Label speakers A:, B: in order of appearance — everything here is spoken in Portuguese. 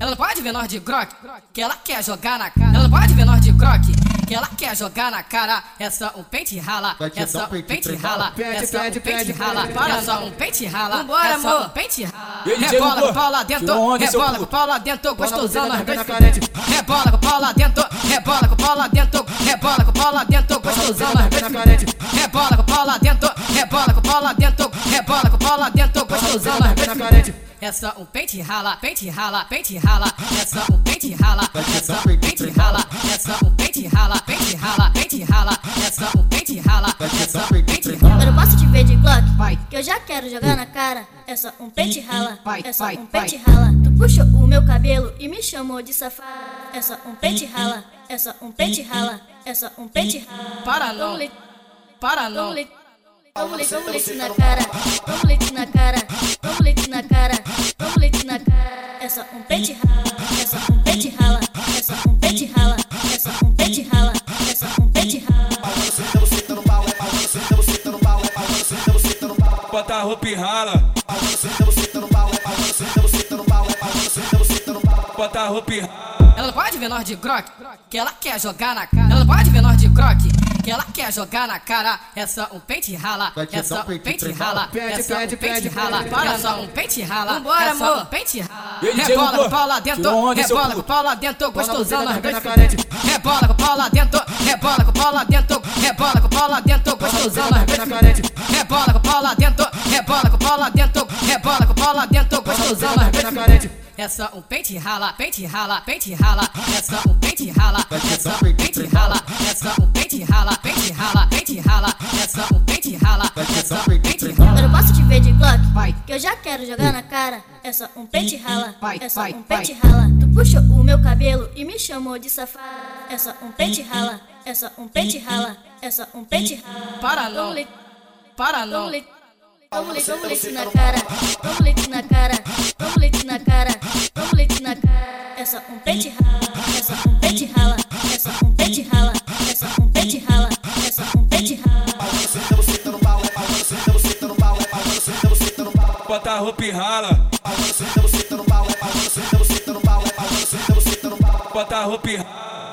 A: Ela não pode ver nós de croque, que ela quer jogar na cara. Ela não pode ver nós de croque, que ela quer jogar na cara. É só um pente rala,
B: Vai te
A: é
B: dar
A: só
B: um
A: um
B: peito
A: pente
B: três
A: rala, é
B: balas.
C: Pede,
A: só um
C: pede,
A: pente
C: pede,
A: rala,
C: pede,
A: é só um pente rala,
C: Vambora,
A: é só um
C: amor.
A: pente rala.
D: Ele
A: Rebola
D: chegou.
A: com o pau lá dentro,
D: Tirou onda, seu
A: rebola com
D: puto.
A: o pau lá dentro,
C: Bola
A: gostosão
C: você na
A: nós dois.
C: na carete.
A: Rebola com o pau lá dentro, rebola com o pau lá dentro, rebola com o pau lá dentro, gostosão nós
C: na
A: dois.
C: carete.
A: Rebola com o pau lá dentro, rebola com o pau lá dentro, rebola com o pau lá dentro, gostosão nós
C: Na
A: dois.
C: carete.
A: É só um pente rala, pente rala, pente rala, é só um pente rala, é só um pente rala, é só um pente rala, pente rala, pente rala, é só um pente rala, é só um pente rala.
E: Eu não posso te ver de Glock,
A: Vai.
E: que eu já quero jogar na cara. É só um pente rala,
A: vai,
E: é só
A: vai,
E: um
A: vai.
E: pente rala. Tu puxou o meu cabelo e me chamou de safada. É só um pente rala, é só um pente rala, é só um pente rala. um
A: Para
E: Toma
A: não,
E: leite,
A: para
E: toma
A: não.
E: leite. Toma leite, toma leite um na cara, toma leite na cara, toma leite na cara, toma leite na cara. É só um pente rala, é só um pente rala, é só um pente rala, é só um pente rala, é só um pente rala.
D: Bota a roupa e rala. Bota a roupa e rala.
A: Ela não pode ver nós de croque, que ela quer jogar na cara. Ela não pode ver nós de croque, que ela quer jogar na cara. É só um pente rala,
B: Vai te
A: é
B: dar
A: só
B: um
A: um
B: peito
A: pente
B: três
A: rala,
C: balas.
A: é só um
C: Pede, pede,
A: pente
C: pede,
A: rala,
C: pede,
A: é
C: pede.
A: só um pente rala,
C: Vambora,
A: é só um
C: amor.
A: pente rala.
D: Ele
A: Rebola com
D: chegou.
A: o pau lá dentro,
D: Tirou onda, seu
A: rebola com o
D: puto.
A: pau lá dentro, gostosão
C: você na
A: nós dois.
C: carete.
A: Rebola com o pau lá dentro, rebola com o pau lá dentro, rebola com o pau lá dentro, gostosão nós
C: Na
A: dois.
C: carete.
A: Rebola com o pau lá dentro, rebola com o pau lá dentro, rebola com o pau lá dentro, gostosão nós
C: Na
A: dois.
C: carete.
A: É só um pente rala, pente rala, pente rala, é só um pente rala,
B: Vai
A: é
B: te
A: só
B: dar um
A: um
B: peito
A: pente
B: três
A: rala, é só um pente rala, pente rala, pente rala, é só um pente rala,
B: Vai te
A: é
B: dar
A: só
B: um
A: um
B: peito
A: pente
B: três
E: Eu
A: rala.
E: não posso te ver de Glock,
A: Vai.
E: que eu já quero jogar na cara. É só um pente rala,
A: Vai,
E: é só
A: vai,
E: um pente rala. Tu puxou o meu cabelo e me chamou de safada. É só um pente rala, é só um pente rala, é só um pente rala. um
A: Para
E: Toma
A: não,
E: leite,
A: para
E: toma
A: não.
E: leite. Toma leite, toma leite um na cara,
A: tá
E: toma leite na cara, toma leite na cara, toma leite na cara. É só um pente rala, é só um pente rala, é só um pente rala, é só um pente rala, é só um pente rala.
D: Bota a roupa e rala. Bota a roupa e rala.